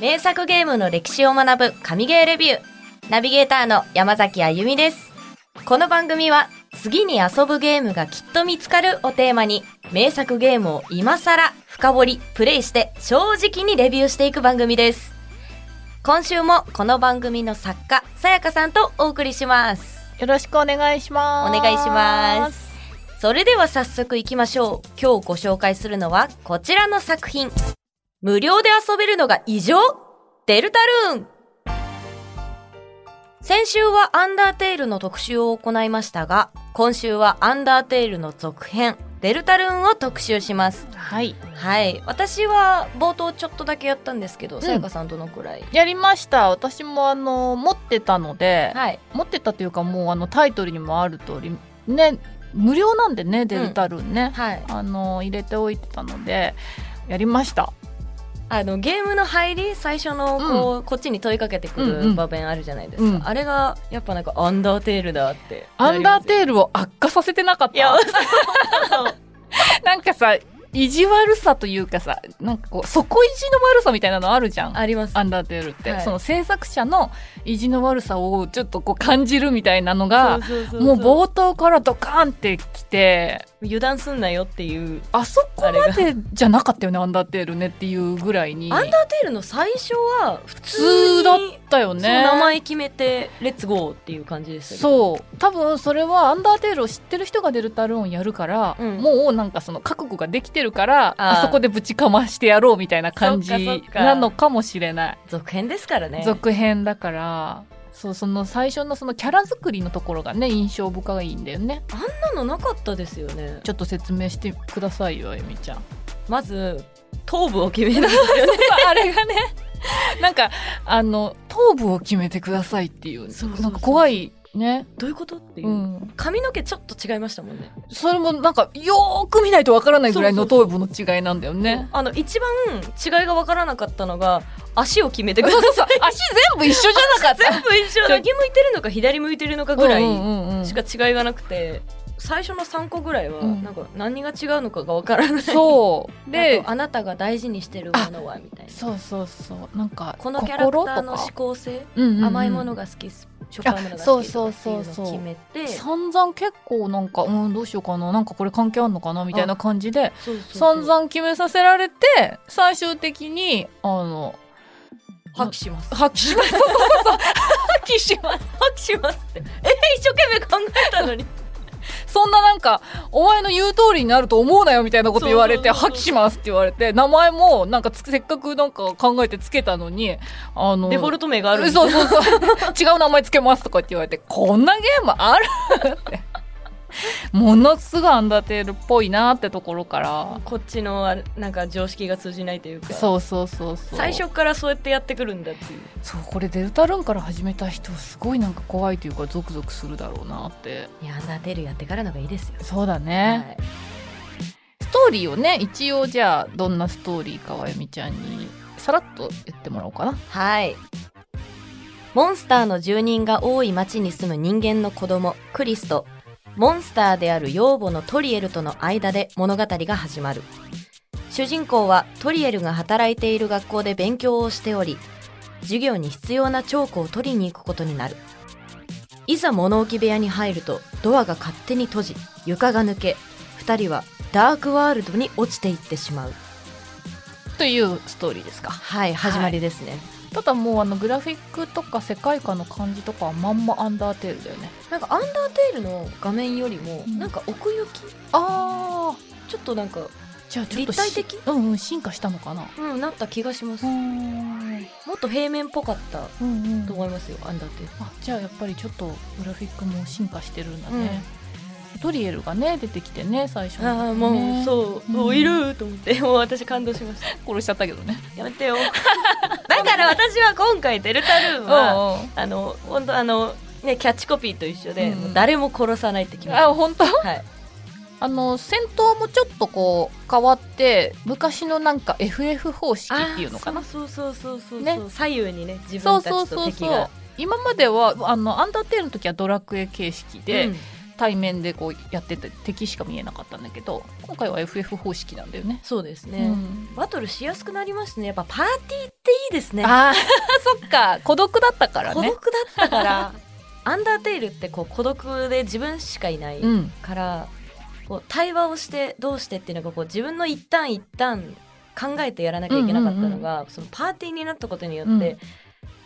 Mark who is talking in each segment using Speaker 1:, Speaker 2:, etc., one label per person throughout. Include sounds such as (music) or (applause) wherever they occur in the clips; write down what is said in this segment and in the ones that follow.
Speaker 1: 名作ゲームの歴史を学ぶ神ゲーレビュー。ナビゲーターの山崎あゆみです。この番組は、次に遊ぶゲームがきっと見つかるをテーマに、名作ゲームを今更深掘り、プレイして正直にレビューしていく番組です。今週もこの番組の作家、さやかさんとお送りします。
Speaker 2: よろしくお願いします。
Speaker 1: お願いします。それでは早速行きましょう。今日ご紹介するのはこちらの作品。無料で遊べるのが異常デルタルーン先週はアンダーテールの特集を行いましたが、今週はアンダーテールの続編、デルタルーンを特集します。
Speaker 2: はい。
Speaker 1: はい。私は冒頭ちょっとだけやったんですけど、
Speaker 2: ん
Speaker 1: さやかさんどのくらい
Speaker 2: やりました。私もあの、持ってたので、
Speaker 1: はい。
Speaker 2: 持ってたというかもうあのタイトルにもある通り、ね、無料なんでね、デルタルーンね。
Speaker 1: はい。
Speaker 2: あの、入れておいてたので、やりました。
Speaker 1: あのゲームの入り最初のこう、こっちに問いかけてく
Speaker 2: うんう
Speaker 1: る
Speaker 2: ん
Speaker 1: 場面あるじゃないですか、
Speaker 2: うん
Speaker 1: あれがやっぱなんかアンダーテールだって
Speaker 2: アンダー
Speaker 1: ー
Speaker 2: テールを悪化させてなかっ (laughs)
Speaker 1: いや
Speaker 2: た。なんかさ、意地悪さというかさ、なんかこう、底意地の悪さみたいなのあるじゃん。
Speaker 1: あります
Speaker 2: アンダーテールって、
Speaker 1: はい
Speaker 2: その制作者の意地の悪さをちょっとこう感じるみたいなのが、
Speaker 1: そう
Speaker 2: もう
Speaker 1: もう
Speaker 2: 冒頭からドカーンってきて、
Speaker 1: 油断すんなよっていう
Speaker 2: あそこまでじゃなかったよね、アンダーテールねっていうぐらいに。
Speaker 1: アンダーテールの最初は普通に
Speaker 2: 普通だったよ
Speaker 1: そう
Speaker 2: ね。
Speaker 1: 名前決めてレッツゴーっていう感じですよね
Speaker 2: そう。多分それはアンダーテールを知ってる人がデルタルーンやるから、
Speaker 1: うん
Speaker 2: もうなんかその覚悟ができてるから、
Speaker 1: あー
Speaker 2: あそこでぶちかましてやろうみたいな感
Speaker 1: そっかそっ
Speaker 2: じ
Speaker 1: か
Speaker 2: なのかもしれない。
Speaker 1: 続編ですからね
Speaker 2: 続編だから。そう、その最初のそのキャラ作りのところがね、印象深いんだよね。
Speaker 1: そんなのなかったですよね
Speaker 2: ちょっと説明してくださいよ、えみ (laughs) ちゃん。
Speaker 1: まず頭部を決めるんですよね
Speaker 2: あれがね、 (laughs) なんか、あの、頭部を決めてくださいっていう、
Speaker 1: そうそうそう
Speaker 2: なんか怖いね。
Speaker 1: どういうことっていう、
Speaker 2: うん。
Speaker 1: 髪の毛ちょっと違いましたもんね
Speaker 2: それもなんか、よーく見ないとわからないぐらいの頭部の違いなんだよね。
Speaker 1: あの一番違いが分からなかったのが足を決めてく
Speaker 2: そう
Speaker 1: る
Speaker 2: そう (laughs) そう。足全部一緒じゃなか (laughs) った。
Speaker 1: 全部一緒右向いてるのか左向いてるのかぐら
Speaker 2: うんう
Speaker 1: い
Speaker 2: んうんうん
Speaker 1: しか違いがなくて最初の3個ぐらいは
Speaker 2: うん
Speaker 1: なんか何が違うのかが分からない、
Speaker 2: そう。
Speaker 1: で
Speaker 2: で、
Speaker 1: あなたが大事にしてるものはみたいな
Speaker 2: そうそうそう。なんか、
Speaker 1: このキャラクターの思
Speaker 2: 心とか
Speaker 1: 考性
Speaker 2: うんうんうん
Speaker 1: 甘いものが好きしょっぱいものが好きとかっていうのを決めて
Speaker 2: 散々結構なんか、うん、どうしようかな。なんかこれ関係あんのかなみたいな感じで、
Speaker 1: そうそうそう
Speaker 2: 散々決めさせられて、最終的に、あの、
Speaker 1: 破棄します
Speaker 2: 破棄します。破棄します。
Speaker 1: 破棄しますってえ一生懸命考えたのに
Speaker 2: そんななんか、お前の言う通りになると思うなよみたいなこと言われて、
Speaker 1: そうそ
Speaker 2: 破
Speaker 1: うそうそう
Speaker 2: 棄しますって言われて、名前もなんかつせっかくなんか考えてつけたのに、あの、
Speaker 1: デフォルト名があるんです
Speaker 2: そうそうそう。違う名前つけますとかって言われて、こんなゲームあるって。ものすごいアンダーテールっぽいなってところから。
Speaker 1: こっちのあれなんか常識が通じないというか
Speaker 2: そうそうそうそう。
Speaker 1: 最初からそうやってやってくるんだっていう
Speaker 2: そう、これデルタルーンから始めた人、すごいなんか怖いというか、ゾクゾクするだろうなって。
Speaker 1: いやアンダーテールやってからのがいいですよ
Speaker 2: そうだね。
Speaker 1: はい、
Speaker 2: ストーリーをね一応じゃあどんなストーリーかはえみちゃんにさらっと言ってもらおうかな
Speaker 1: はい、モンスターの住人が多い町に住む人間の子供クリスとモンスターである養母のトリエルとの間で物語が始まる主人公はトリエルが働いている学校で勉強をしており授業に必要なチョークを取りに行くことになるいざ物置部屋に入るとドアが勝手に閉じ床が抜け2人はダークワールドに落ちていってしまう
Speaker 2: というストーリーですか
Speaker 1: はい始まりですね、
Speaker 2: ただもうあのグラフィックとか世界観の感じとかはまんまアンダーテールだよね
Speaker 1: なんかアンダーテールの画面よりも、
Speaker 2: うん
Speaker 1: なんか奥行き
Speaker 2: ああ
Speaker 1: ちょっとなんか
Speaker 2: じゃあちょっ
Speaker 1: 立
Speaker 2: とし
Speaker 1: 体的
Speaker 2: うんうん進化したのかな
Speaker 1: うんなった気がします、
Speaker 2: ー
Speaker 1: も
Speaker 2: ん
Speaker 1: っと平面っぽかった
Speaker 2: うんうん
Speaker 1: と思いますよ、アンダーテール
Speaker 2: あじゃあやっぱりちょっとグラフィックも進化してるんだね、トリエルがね出てきてね最初に、ね、
Speaker 1: ああもう、そう、
Speaker 2: うん
Speaker 1: もういると思ってもう私感動しました
Speaker 2: 殺しちゃったけどね
Speaker 1: やめてよ (laughs) だから私は今回デルタルーンは
Speaker 2: あ
Speaker 1: あの本当あのねキャッチコピーと一緒で、
Speaker 2: うん
Speaker 1: もう誰も殺さないって決め
Speaker 2: あ
Speaker 1: た
Speaker 2: 本当
Speaker 1: はい
Speaker 2: あの戦闘もちょっとこう変わって昔のなんか FF 方式っていうのかな
Speaker 1: そうそうそうそうそう、
Speaker 2: ね
Speaker 1: 左右にね自
Speaker 2: そう
Speaker 1: 分た
Speaker 2: そう
Speaker 1: ち
Speaker 2: そ
Speaker 1: と
Speaker 2: う
Speaker 1: 敵
Speaker 2: そう
Speaker 1: が
Speaker 2: 今まではあのアンダーテールの時はドラクエ形式で、
Speaker 1: うん
Speaker 2: 対面でこうやってて敵しか見えなかったんだけど今回は FF 方式なんだよね。
Speaker 1: そうですね、
Speaker 2: うん
Speaker 1: バトルしやすくなりますねやっぱパーティーっていいですね
Speaker 2: ああそっか孤独だったから
Speaker 1: 孤
Speaker 2: ね
Speaker 1: 独。だったから (laughs) アンダーテイルってこう孤独で自分しかいない
Speaker 2: うん、
Speaker 1: から、こう対話をしてどうしてっていうのがこう自分の一旦一旦考えてやらなきゃいけなかったのが、そのパーティーになったことによって、
Speaker 2: うん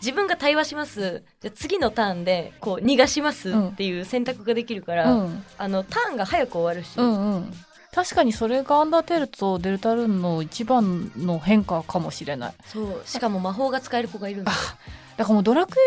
Speaker 1: 自分が対話しますじゃあ次のターンでこう逃がしますっていう選択ができるから、
Speaker 2: うん
Speaker 1: あのターンが早く終わるし、
Speaker 2: うんうん確かにそれがアンダーテールとデルタルーンの一番の変化かもしれない。
Speaker 1: そうしかも魔法が使える子がいるんですよ
Speaker 2: だからもうドラクエで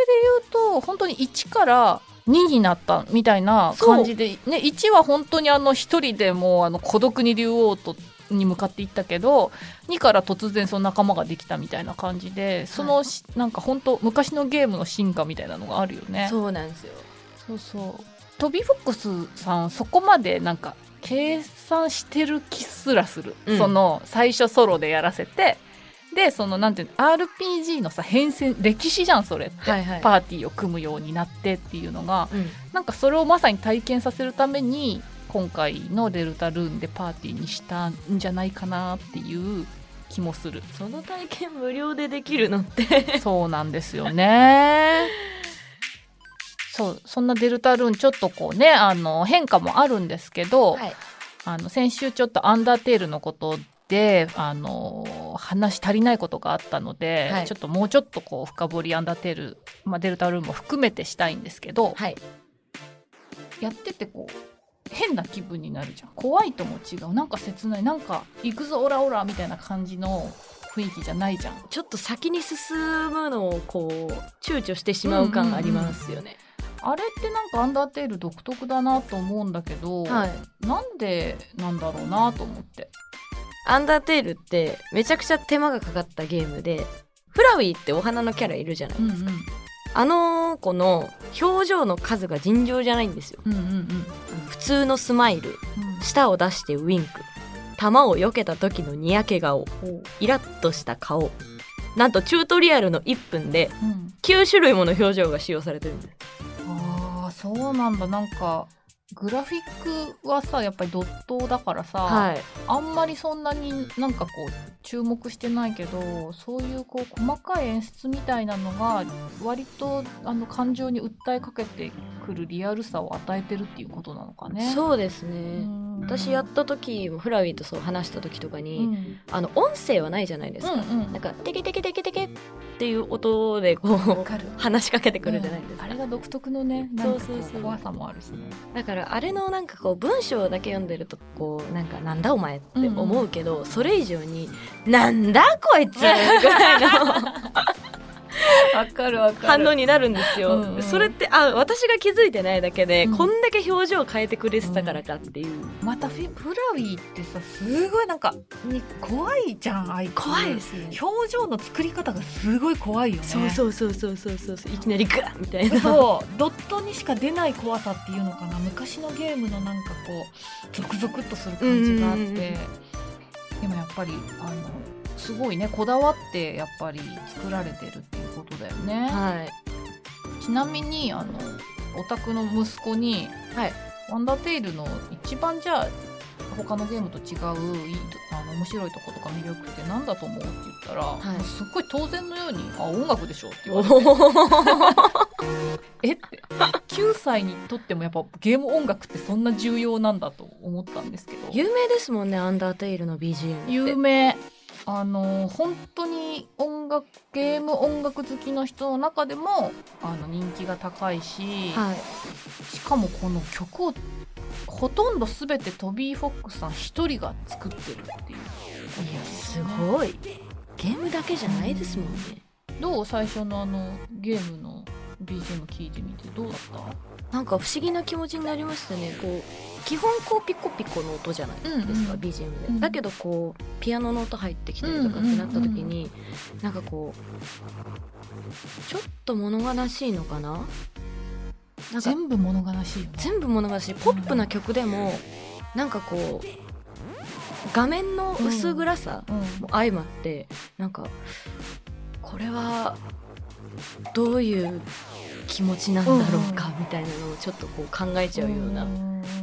Speaker 2: 言うと本当に1から2になったみたいな感じで、ね、1は本当にあの一人でもうあの孤独に竜王とに向かっていったけど2から突然その仲間ができたみたいな感じでそのし、なんか本当昔のゲームの進化みたいなのがあるよね。
Speaker 1: そうなんですよ
Speaker 2: そうそうトビー・フォックスさんそこまでなんか計算してる気すらする、
Speaker 1: うん
Speaker 2: その最初ソロでやらせてでそのなんていうの RPG のさ変遷歴史じゃんそれって、
Speaker 1: はいはい
Speaker 2: パーティーを組むようになってっていうのが
Speaker 1: うん
Speaker 2: なんかそれをまさに体験させるために今回の「デルタルーン」でパーティーにしたんじゃないかなっていう気もする
Speaker 1: その体験無料でできるのって
Speaker 2: (laughs) そうなんですよね。そうそんなデルタルーンちょっとこうねあの変化もあるんですけど、
Speaker 1: はい
Speaker 2: あの先週ちょっと「アンダーテール」のことであの話し足りないことがあったので、
Speaker 1: はい
Speaker 2: ちょっともうちょっとこう深掘り「アンダーテール」まあ、デルタルーンも含めてしたいんですけど、
Speaker 1: はい
Speaker 2: やっててこう変な気分になるじゃん怖いとも違うなんか切ないなんか「行くぞオラオラ」みたいな感じの雰囲気じゃないじゃん。
Speaker 1: ちょっと先に進むのをこう躊躇してしまう感ありますよね、
Speaker 2: あれってなんか「アンダーテール」独特だなと思うんだけど、
Speaker 1: はい
Speaker 2: なんでなんだろうなと思って。
Speaker 1: アンダーテールってめちゃくちゃ手間がかかったゲームでフラウィーってお花のキャラいるじゃない、
Speaker 2: うんうん
Speaker 1: あの子の表情の数が尋常じゃないんですよ
Speaker 2: うんうんうん
Speaker 1: 普通のスマイル
Speaker 2: うん
Speaker 1: 舌を出してウインク弾を避けた時のにやけ顔イラッとした顔なんとチュートリアルの1分で
Speaker 2: うん
Speaker 1: 9種類もの表情が使用されてるんです
Speaker 2: ああそうなんだなんかグラフィックはさやっぱりドットだからさ、
Speaker 1: はい
Speaker 2: あんまりそんなになんかこう注目してないけどそういうこう細かい演出みたいなのが割とあの感情に訴えかけてくるリアルさを与えてるっていうことなのかね。
Speaker 1: そうです
Speaker 2: う
Speaker 1: ね
Speaker 2: ん
Speaker 1: 私やった時フラウィーとそう話した時とか
Speaker 2: う
Speaker 1: に、
Speaker 2: んうん
Speaker 1: あの音声はないじゃないですか、
Speaker 2: うん
Speaker 1: なんかテケテケテケテケっていう音でこ (laughs)
Speaker 2: わ
Speaker 1: う
Speaker 2: かる
Speaker 1: 話しかけてくるじゃないですか、
Speaker 2: うんあれが独特のねなんかこ
Speaker 1: そう
Speaker 2: う
Speaker 1: そうそう
Speaker 2: 怖さもあるし
Speaker 1: (laughs)
Speaker 2: ね。
Speaker 1: だからあれのなんかこう文章だけ読んでるとこうなんかなんだお前って思うけど、それ以上になんだこ
Speaker 2: (laughs)
Speaker 1: いつぐらいの
Speaker 2: わかるわかる。
Speaker 1: 反応になるんですよ、
Speaker 2: うんうん
Speaker 1: それってあ私が気づいてないだけで、
Speaker 2: うん
Speaker 1: こんだけ表情を変えてくれてたからかっていう、
Speaker 2: またフィフラウィーってさすごいなんかに怖いじゃんあいつ
Speaker 1: 怖いですね、
Speaker 2: 表情の作り方がすごい怖いよね
Speaker 1: そう
Speaker 2: う
Speaker 1: そうそうそうそうそういきなりグッみたいな
Speaker 2: そうドットにしか出ない怖さっていうのかな昔のゲームのなんかこうゾクゾクっとする感じがあ
Speaker 1: う
Speaker 2: っ
Speaker 1: んうんうん
Speaker 2: てでもやっぱりあのすごいねこだわってやっぱり作られてるっていうことだよね
Speaker 1: はい
Speaker 2: ちなみにあのお宅の息子に「
Speaker 1: はい
Speaker 2: ワンダーテイル」の一番じゃあ他のゲームと違ういいとあの面白いとことか魅力って何だと思うって言ったら、
Speaker 1: い
Speaker 2: もうすっごい当然のように「あ音楽でしょ」って言
Speaker 1: お
Speaker 2: われて
Speaker 1: ー
Speaker 2: 「 (laughs) えっ?」て9歳にとってもやっぱゲーム音楽ってそんな重要なんだと思ったんですけど
Speaker 1: (laughs) 有名ですもんねアンダーテイルの BGM って
Speaker 2: 有名あの本当に音楽ゲーム音楽好きの人の中でもあの人気が高いし、
Speaker 1: はい
Speaker 2: しかもこの曲をほとんど全てトビー・フォックスさん一人が作ってるっていう
Speaker 1: いやすごいゲームだけじゃないですもんね
Speaker 2: どう最初のあのゲームの BGM 聞いてみてどうだった
Speaker 1: なんか不思議な気持ちになりましたねこう基本こうピコピコの音じゃないですか、
Speaker 2: うん
Speaker 1: BGM で、
Speaker 2: うん
Speaker 1: だけどこうピアノの音入ってきたりとかってなった時に、なんかこうちょっと物悲しいのかななんか
Speaker 2: 全部物悲しいよね
Speaker 1: 全部物悲しいポップな曲でもなんかこう画面の薄暗さ、
Speaker 2: うん
Speaker 1: 相まってなんかこれはどういう気持ちなんだろうかみたいなのをちょっとこう考えちゃうような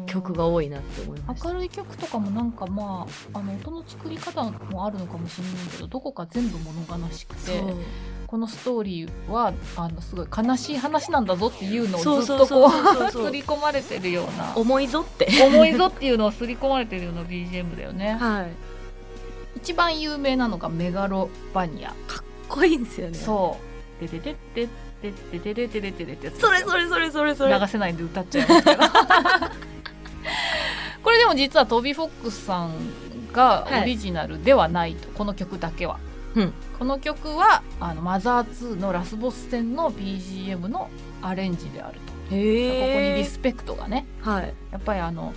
Speaker 1: 曲が多いなって思いました。
Speaker 2: 明るい曲とかもなんかまああの音の作り方もあるのかもしれないけどどこか全部物悲しくて
Speaker 1: そう
Speaker 2: このストーリーはあのすごい悲しい話なんだぞっていうの
Speaker 1: そ
Speaker 2: を
Speaker 1: う
Speaker 2: ず
Speaker 1: そ
Speaker 2: っ
Speaker 1: うそ
Speaker 2: と
Speaker 1: う
Speaker 2: こう
Speaker 1: そうそう
Speaker 2: (laughs)
Speaker 1: そう
Speaker 2: 刷り込まれてるような
Speaker 1: 重いぞって。
Speaker 2: 重いぞっていうのを刷り込まれてるような BGM だよね
Speaker 1: はい。
Speaker 2: 一番有名なのがメガロバニア
Speaker 1: 濃いんですよね。
Speaker 2: そうでででででででででででで
Speaker 1: それそれそれそれそれ。
Speaker 2: 流せないんで歌っちゃいますけどこれでも実はトビー・フォックスさんがオリジナルではないと、この曲だけは、
Speaker 1: うん
Speaker 2: この曲はあのマザー2のラスボス戦の BGM のアレンジであると、ここにリ
Speaker 1: へえ。
Speaker 2: スペクトがね
Speaker 1: はい。
Speaker 2: やっぱりあの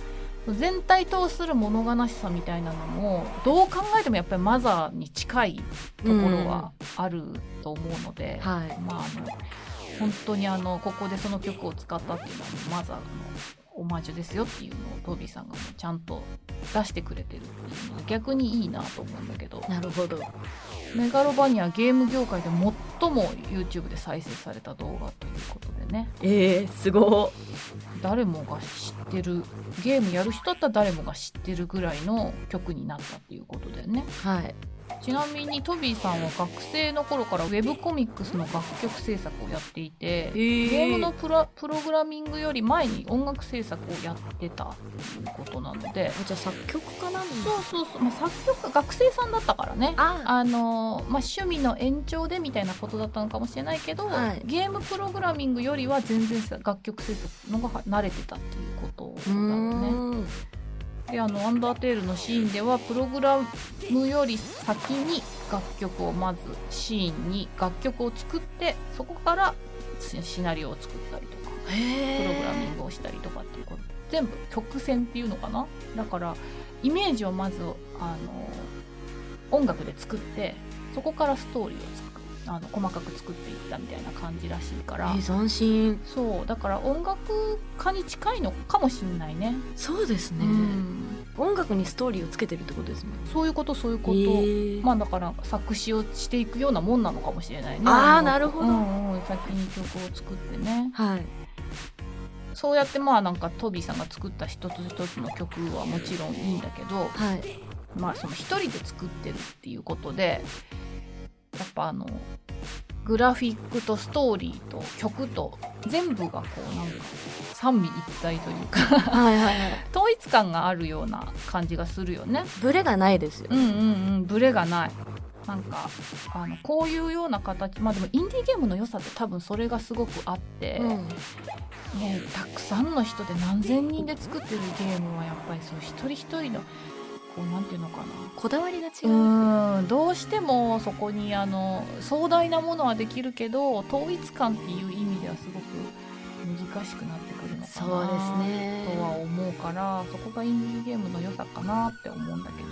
Speaker 2: 全体通する物悲しさみたいなのもどう考えてもやっぱりマザーに近いところはあると思うので、
Speaker 1: はい。
Speaker 2: まあ、あの本当にあのここでその曲を使ったっていうのはマザーのオマージュですよっていうのをトビーさんがもうちゃんと出してくれてるっていうのは逆にいいなと思うんだけど
Speaker 1: なるほど。
Speaker 2: メガロバニアゲーム業界で最も YouTube で再生された動画ということでね
Speaker 1: ええすご
Speaker 2: 誰もが知ってるゲームやる人だったら誰もが知ってるぐらいの曲になったっていうことだよね
Speaker 1: い。はい。
Speaker 2: ちなみにトビーさんは学生の頃からウェブコミックスの楽曲制作をやっていて
Speaker 1: え
Speaker 2: ゲームのプラプログラミングより前に音楽制作をやってたっていうことなので、
Speaker 1: じゃあ作曲家なんだ。
Speaker 2: そうそうそう、まあ、作曲家学生さんだったからねあ
Speaker 1: あ
Speaker 2: のーまあ、趣味の延長でみたいなことだったのかもしれないけど、
Speaker 1: はい
Speaker 2: ゲームプログラミングよりは全然さ楽曲制作の方が慣れてたっていうこと
Speaker 1: うー
Speaker 2: だろうね。
Speaker 1: ん。
Speaker 2: であの「アンダーテール」のシーンではプログラムより先に楽曲をまずシーンに楽曲を作ってそこからシシナリオを作ったりとかプログラミン
Speaker 1: へえ。
Speaker 2: グをしたりとかっていうこと全部曲線っていうのかなだからイメージをまずあの音楽で作ってそこからストーリーを作るあの細かく作っていったみたいな感じらしいから、
Speaker 1: え斬新。
Speaker 2: そうだから音楽家に近いのかもしれないね。
Speaker 1: そうです
Speaker 2: う
Speaker 1: ね。
Speaker 2: ん
Speaker 1: 音楽にストーリーをつけてるってことですもんね。
Speaker 2: そういうことそういうこと、
Speaker 1: ええ
Speaker 2: まあだから作詞をしていくようなもんなのかもしれないね
Speaker 1: あー
Speaker 2: 音楽
Speaker 1: なるほど
Speaker 2: うんうん、先に曲を作ってね
Speaker 1: はい。
Speaker 2: そうやってまあなんかトビーさんが作った一つ一つの曲はもちろんいいんだけど
Speaker 1: (laughs) はい。
Speaker 2: まあその一人で作ってるっていうことでやっぱあのグラフィックとストーリーと曲と全部がこうなんか三位一体というか (laughs)
Speaker 1: はいはいはい。
Speaker 2: 統一感があるような感じがするよね。
Speaker 1: ブレがないですよ
Speaker 2: う。んうんうんブレがないなんかあのこういうような形まあでもインディーゲームの良さって多分それがすごくあって、
Speaker 1: う
Speaker 2: ね
Speaker 1: ん
Speaker 2: たくさんの人で何千人で作ってるゲームはやっぱりそう一人一人のこうなんていうのかな
Speaker 1: こだわりが違
Speaker 2: う
Speaker 1: う。
Speaker 2: ーんどうしてもそこにあの壮大なものはできるけど統一感っていう意味ではすごく難しくなってくるのか
Speaker 1: そうで
Speaker 2: な
Speaker 1: す
Speaker 2: とは
Speaker 1: ね。
Speaker 2: 思うからそこがインディーゲームの良さかなって思うんだけど。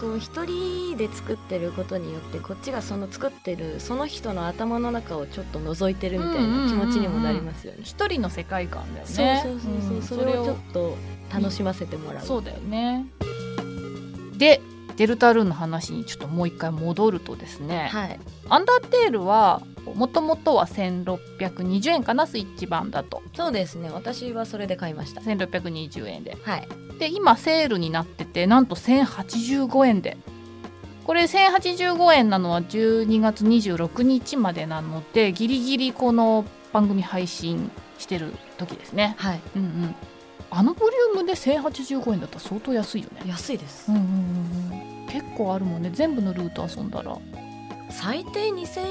Speaker 1: こう一人で作ってることによってこっちがその作ってるその人の頭の中をちょっと覗いてるみたいな気持ちにもなりますよね。
Speaker 2: 一人の世界観だよ
Speaker 1: そう
Speaker 2: ね。
Speaker 1: そうそうそう、
Speaker 2: ん
Speaker 1: それをちょっと楽しませてもらう。
Speaker 2: そうだよね。でデルタルーンの話にちょっともう一回戻るとですね、
Speaker 1: はい。
Speaker 2: アンダーテールはもともとは1620円かなスイッチ版だと
Speaker 1: そうですね。私はそれで買いました。
Speaker 2: 1620円で
Speaker 1: はい。
Speaker 2: で今セールになっててなんと1085円でこれ1085円なのは12月26日までなのでギリギリこの番組配信してる時ですね
Speaker 1: はい。
Speaker 2: うんうん、あのボリュームで1085円だったら相当安いよね、
Speaker 1: 安いです。
Speaker 2: うんうんうんうん、結構あるもんね全部のルート遊んだら
Speaker 1: 最低二千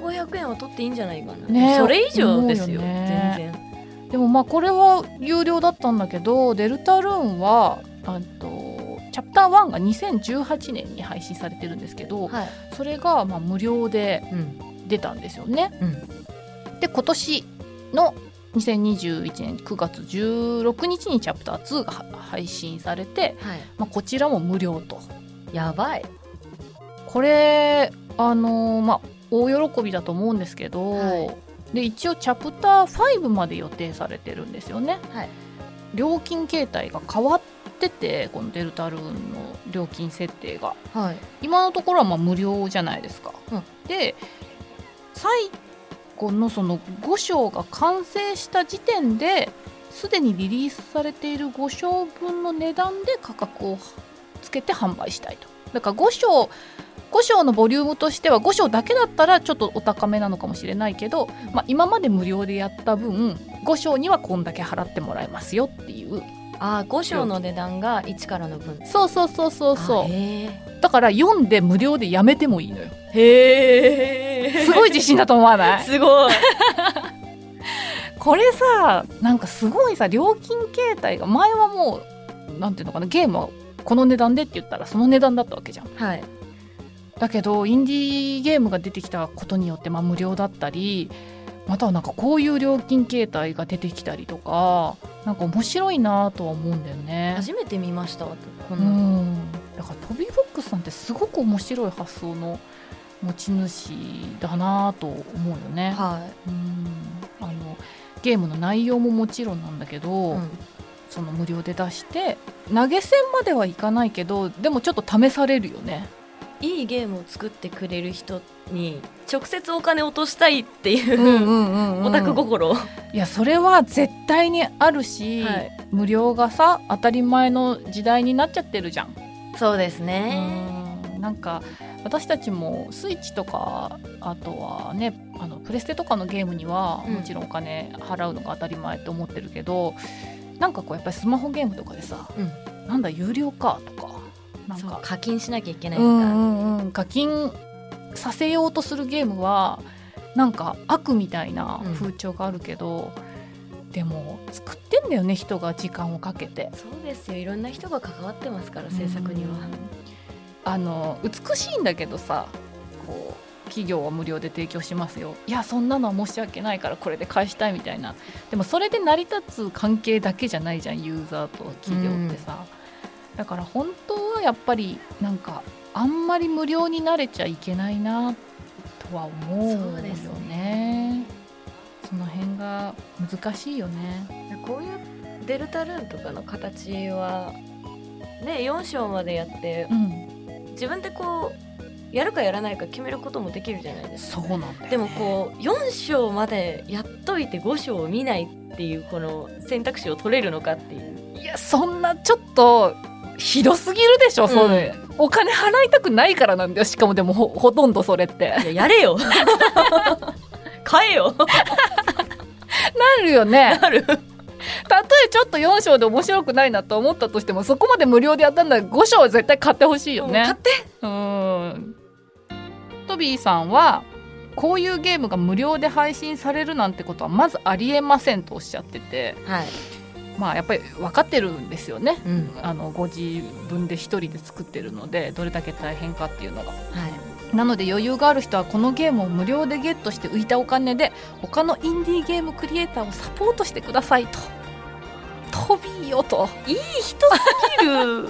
Speaker 1: 五百円は取っていいんじゃないかな。
Speaker 2: ねえ
Speaker 1: それ以上です
Speaker 2: 思
Speaker 1: よ。
Speaker 2: うよね
Speaker 1: 全然。
Speaker 2: でもまあこれは有料だったんだけどデルタルーンはあとチャプター1が2018年に配信されてるんですけど、
Speaker 1: はい。
Speaker 2: それがまあ無料で
Speaker 1: うん。
Speaker 2: 出たんですよね、
Speaker 1: う
Speaker 2: で今年の2021年9月16日にチャプター2が配信されて、
Speaker 1: はい。
Speaker 2: まあ、こちらも無料と
Speaker 1: やばい。
Speaker 2: これあのーまあ大喜びだと思うんですけど、
Speaker 1: は
Speaker 2: で一応チャプター5まで予定されてるんですよね
Speaker 1: はい。
Speaker 2: 料金形態が変わっててこのデルタルーンの料金設定が
Speaker 1: はい。
Speaker 2: 今のところはまあ無料じゃないですか、
Speaker 1: うん
Speaker 2: で最このその5章が完成した時点ですでにリリースされている5章分の値段で価格をつけて販売したいとだから5章5章のボリュームとしては5章だけだったらちょっとお高めなのかもしれないけど、まあ、今まで無料でやった分5章にはこんだけ払ってもらえますよっていう
Speaker 1: ああ5章の値段が1からの分
Speaker 2: そうそうそうそう
Speaker 1: あ
Speaker 2: そう
Speaker 1: へ
Speaker 2: だから読んで無料でやめてもいいのよ
Speaker 1: えへ
Speaker 2: (laughs)
Speaker 1: え
Speaker 2: すごい自信だと思わな
Speaker 1: (laughs)
Speaker 2: い
Speaker 1: すごい
Speaker 2: これさなんかすごいさ料金形態が前はもうなんていうのかなゲームはこの値段でって言ったらその値段だったわけじゃん
Speaker 1: はい
Speaker 2: だけどインディーゲームが出てきたことによって、まあ、無料だったりまたはなんかこういう料金形態が出てきたりとかなんか面白いなとは思うんだよね。
Speaker 1: 初めて見ましたこ
Speaker 2: う
Speaker 1: の、
Speaker 2: ん、だからトビーボックスさんってすごく面白い発想の持ち主だなと思うよね。
Speaker 1: は
Speaker 2: うんあのゲームの内容ももちろんなんだけ
Speaker 1: い、
Speaker 2: ど、
Speaker 1: うん
Speaker 2: その無料で出して投げ銭まではいかないけどでもちょっと試されるよね。
Speaker 1: いいゲームを作ってくれる人に直接お金を落としたいっていう、
Speaker 2: ん
Speaker 1: (laughs) オタク心を、
Speaker 2: いやそれは絶対にあるし、
Speaker 1: はい
Speaker 2: 無料がさ当たり前の時代になっちゃってるじゃん。
Speaker 1: そうですね
Speaker 2: うんなんか私たちもスイッチとかあとはねあのプレステとかのゲームには
Speaker 1: うん
Speaker 2: もちろんお金払うのが当たり前と思ってるけど、なんかこうやっぱりスマホゲームとかでさ、
Speaker 1: う
Speaker 2: なんだ有料かとかなん
Speaker 1: そう
Speaker 2: か
Speaker 1: 課金しなきゃいけない
Speaker 2: うん
Speaker 1: の
Speaker 2: う
Speaker 1: か、
Speaker 2: んうん課金させようとするゲームはなんか悪みたいな風潮があるけど、でも作ってんだよね人が時間をかけて
Speaker 1: そうですよいろんな人が関わってますから制作には、
Speaker 2: うんあの美しいんだけどさこう企業は無料で提供しますよいやそんなのは申し訳ないからこれで返したいみたいなでもそれで成り立つ関係だけじゃないじゃんユーザーと企業ってさ、だから本当はやっぱりなんかあんまり無料になれちゃいけないなとは思うよ
Speaker 1: そうです
Speaker 2: ねその辺が難しいよね
Speaker 1: こういうデルタルーンとかの形はね4章までやって
Speaker 2: うん
Speaker 1: 自分でこうやるかやらないか決めることもできるじゃないですか
Speaker 2: そうなんだよね
Speaker 1: でもこう4章までやっといて5章を見ないっていうこの選択肢を取れるのかっていう
Speaker 2: いやそんなちょっとひどすぎるでしょそれ、お金払いたくないからなんだよしかもでもほほとんどそれって
Speaker 1: いややれよ (laughs) 買えよ
Speaker 2: (laughs) なるよね
Speaker 1: ある
Speaker 2: たとえちょっと4章で面白くないなと思ったとしてもそこまで無料でやったんだら5章は絶対買ってほしいよ
Speaker 1: 買
Speaker 2: ね
Speaker 1: って
Speaker 2: うんトビーさんはこういうゲームが無料で配信されるなんてことはまずありえませんとおっしゃってて
Speaker 1: はい、
Speaker 2: まあやっぱり分かってるんですよね
Speaker 1: うん
Speaker 2: あのご自分で一人で作ってるのでどれだけ大変かっていうのが
Speaker 1: はい、
Speaker 2: なので余裕がある人はこのゲームを無料でゲットして浮いたお金で他のインディーゲームクリエイターをサポートしてくださいと。トビーよと。いい人
Speaker 1: 切る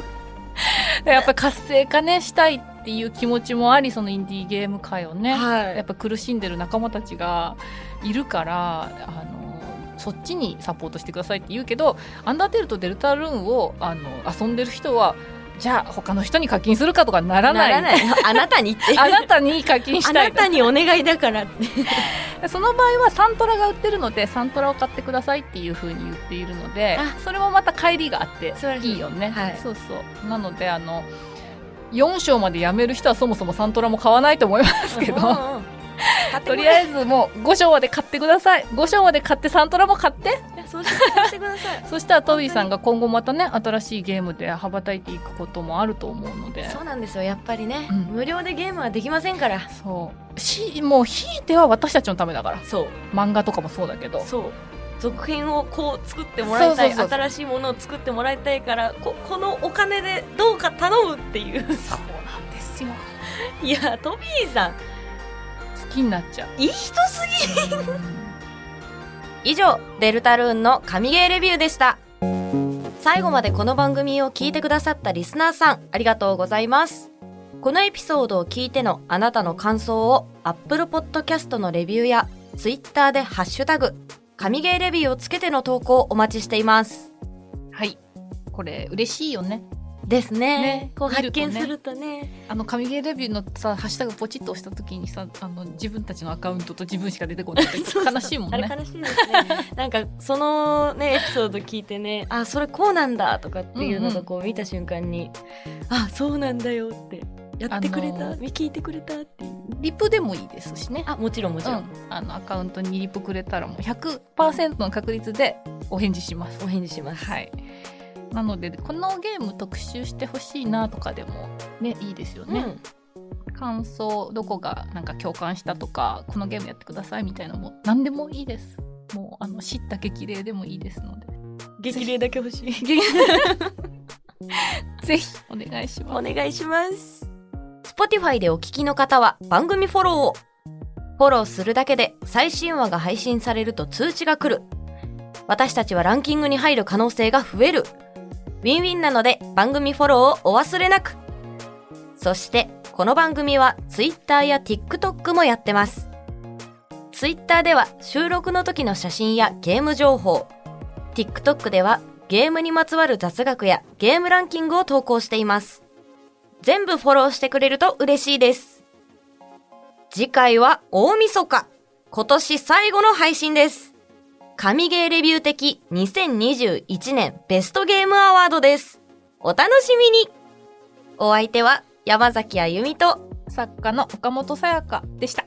Speaker 2: やっぱ活性化ねしたいっていう気持ちもありそのインディーゲーム界をね、
Speaker 1: は
Speaker 2: やっぱ苦しんでる仲間たちがいるからあのそっちにサポートしてくださいって言うけど「アンダーテール」と「デルタルーンを」あの遊んでる人はじゃあ他の人に課金するかとかなら
Speaker 1: な
Speaker 2: ない
Speaker 1: らないあなたにって
Speaker 2: (laughs) あなたに課金
Speaker 1: あ
Speaker 2: したい
Speaker 1: な
Speaker 2: と
Speaker 1: たにお願いだからって
Speaker 2: その場合はサントラが売ってるのでサントラを買ってくださいっていう風に言っているので
Speaker 1: あ
Speaker 2: それもまた帰りがあって
Speaker 1: 素晴らしい
Speaker 2: いいよね、
Speaker 1: はい
Speaker 2: そうそうなのであの4章までやめる人はそもそもサントラも買わないと思いますけ
Speaker 1: うん
Speaker 2: ど
Speaker 1: うんうん買ってく
Speaker 2: とりあえずもう5章まで買ってください5章まで買ってサントラも買って
Speaker 1: れそうしてそうしてくだ
Speaker 2: (laughs)
Speaker 1: さい
Speaker 2: そしたらトビーさんが今後またね新しいゲームで羽ばたいていくこともあると思うので
Speaker 1: そうなんですよやっぱりね、
Speaker 2: うん
Speaker 1: 無料でゲームはできませんから
Speaker 2: そうしもうひいては私たちのためだから
Speaker 1: そう
Speaker 2: 漫画とかもそうだけど
Speaker 1: そう続編をこう作ってもらいたい
Speaker 2: そうそうそう
Speaker 1: 新しいものを作ってもらいたいからここのお金でどうか頼むっていう
Speaker 2: そうなんですよ
Speaker 1: いやトビーさん
Speaker 2: 好きになっ (laughs) ちゃう
Speaker 1: いい人すぎ以上デルタルーンの神ゲーレビューでした最後までこの番組を聞いてくださったリスナーさんありがとうございますこのエピソードを聞いてのあなたの感想を Apple Podcast のレビューや Twitter で「ハッシュタグ神ゲーレビュー」をつけての投稿をお待ちしています
Speaker 2: はい。これ嬉しいよね。
Speaker 1: ですね
Speaker 2: ね
Speaker 1: こう
Speaker 2: 見
Speaker 1: 発
Speaker 2: るとね
Speaker 1: 見するとね
Speaker 2: あの神ゲーレビューのさハッシュタグポチッと押した時にさあの自分たちのアカウントと自分しか出てこ (laughs) ない
Speaker 1: そうそう
Speaker 2: 悲しいもん
Speaker 1: あれ
Speaker 2: ね。
Speaker 1: 悲しいですね (laughs) なんかそのねエピソード聞いてねあそれこうなんだとかっていうの
Speaker 2: うんう
Speaker 1: が
Speaker 2: ん
Speaker 1: こう見た瞬間に、あそうなんだよってやってくれた、
Speaker 2: あの
Speaker 1: 聞いてくれたっていう
Speaker 2: リプでもいいですしね。
Speaker 1: あもちろんもち
Speaker 2: う
Speaker 1: ろん、
Speaker 2: ん、あのアカウントにリプくれたらもう100%の確率でお返事します
Speaker 1: お。返事します、
Speaker 2: はい。なのでこのゲーム特集してほしいなとかでもねいいですよ
Speaker 1: ね
Speaker 2: ね。感想どこがなんか共感したとかこのゲームやってくださいみたいなのも何でもいいです。もうあの知った激励でもいいですので
Speaker 1: 激励だけ欲しい
Speaker 2: ぜひお願いします。
Speaker 1: お願いします Spotify でお聞きの方は番組フォローをフォローするだけで最新話が配信されると通知が来る私たちはランキングに入る可能性が増えるウィンウィンなので番組フォローをお忘れなくそしてこの番組は Twitter や TikTok もやってます Twitter では収録の時の写真やゲーム情報 TikTok ではゲームにまつわる雑学やゲームランキングを投稿しています。全部フォローしてくれると嬉しいです。次回は大晦日。今年最後の配信です。神ゲーレビュー的2021年ベストゲームアワードです。お楽しみにお相手は山崎あゆみと
Speaker 2: 作家の岡本さやかでした。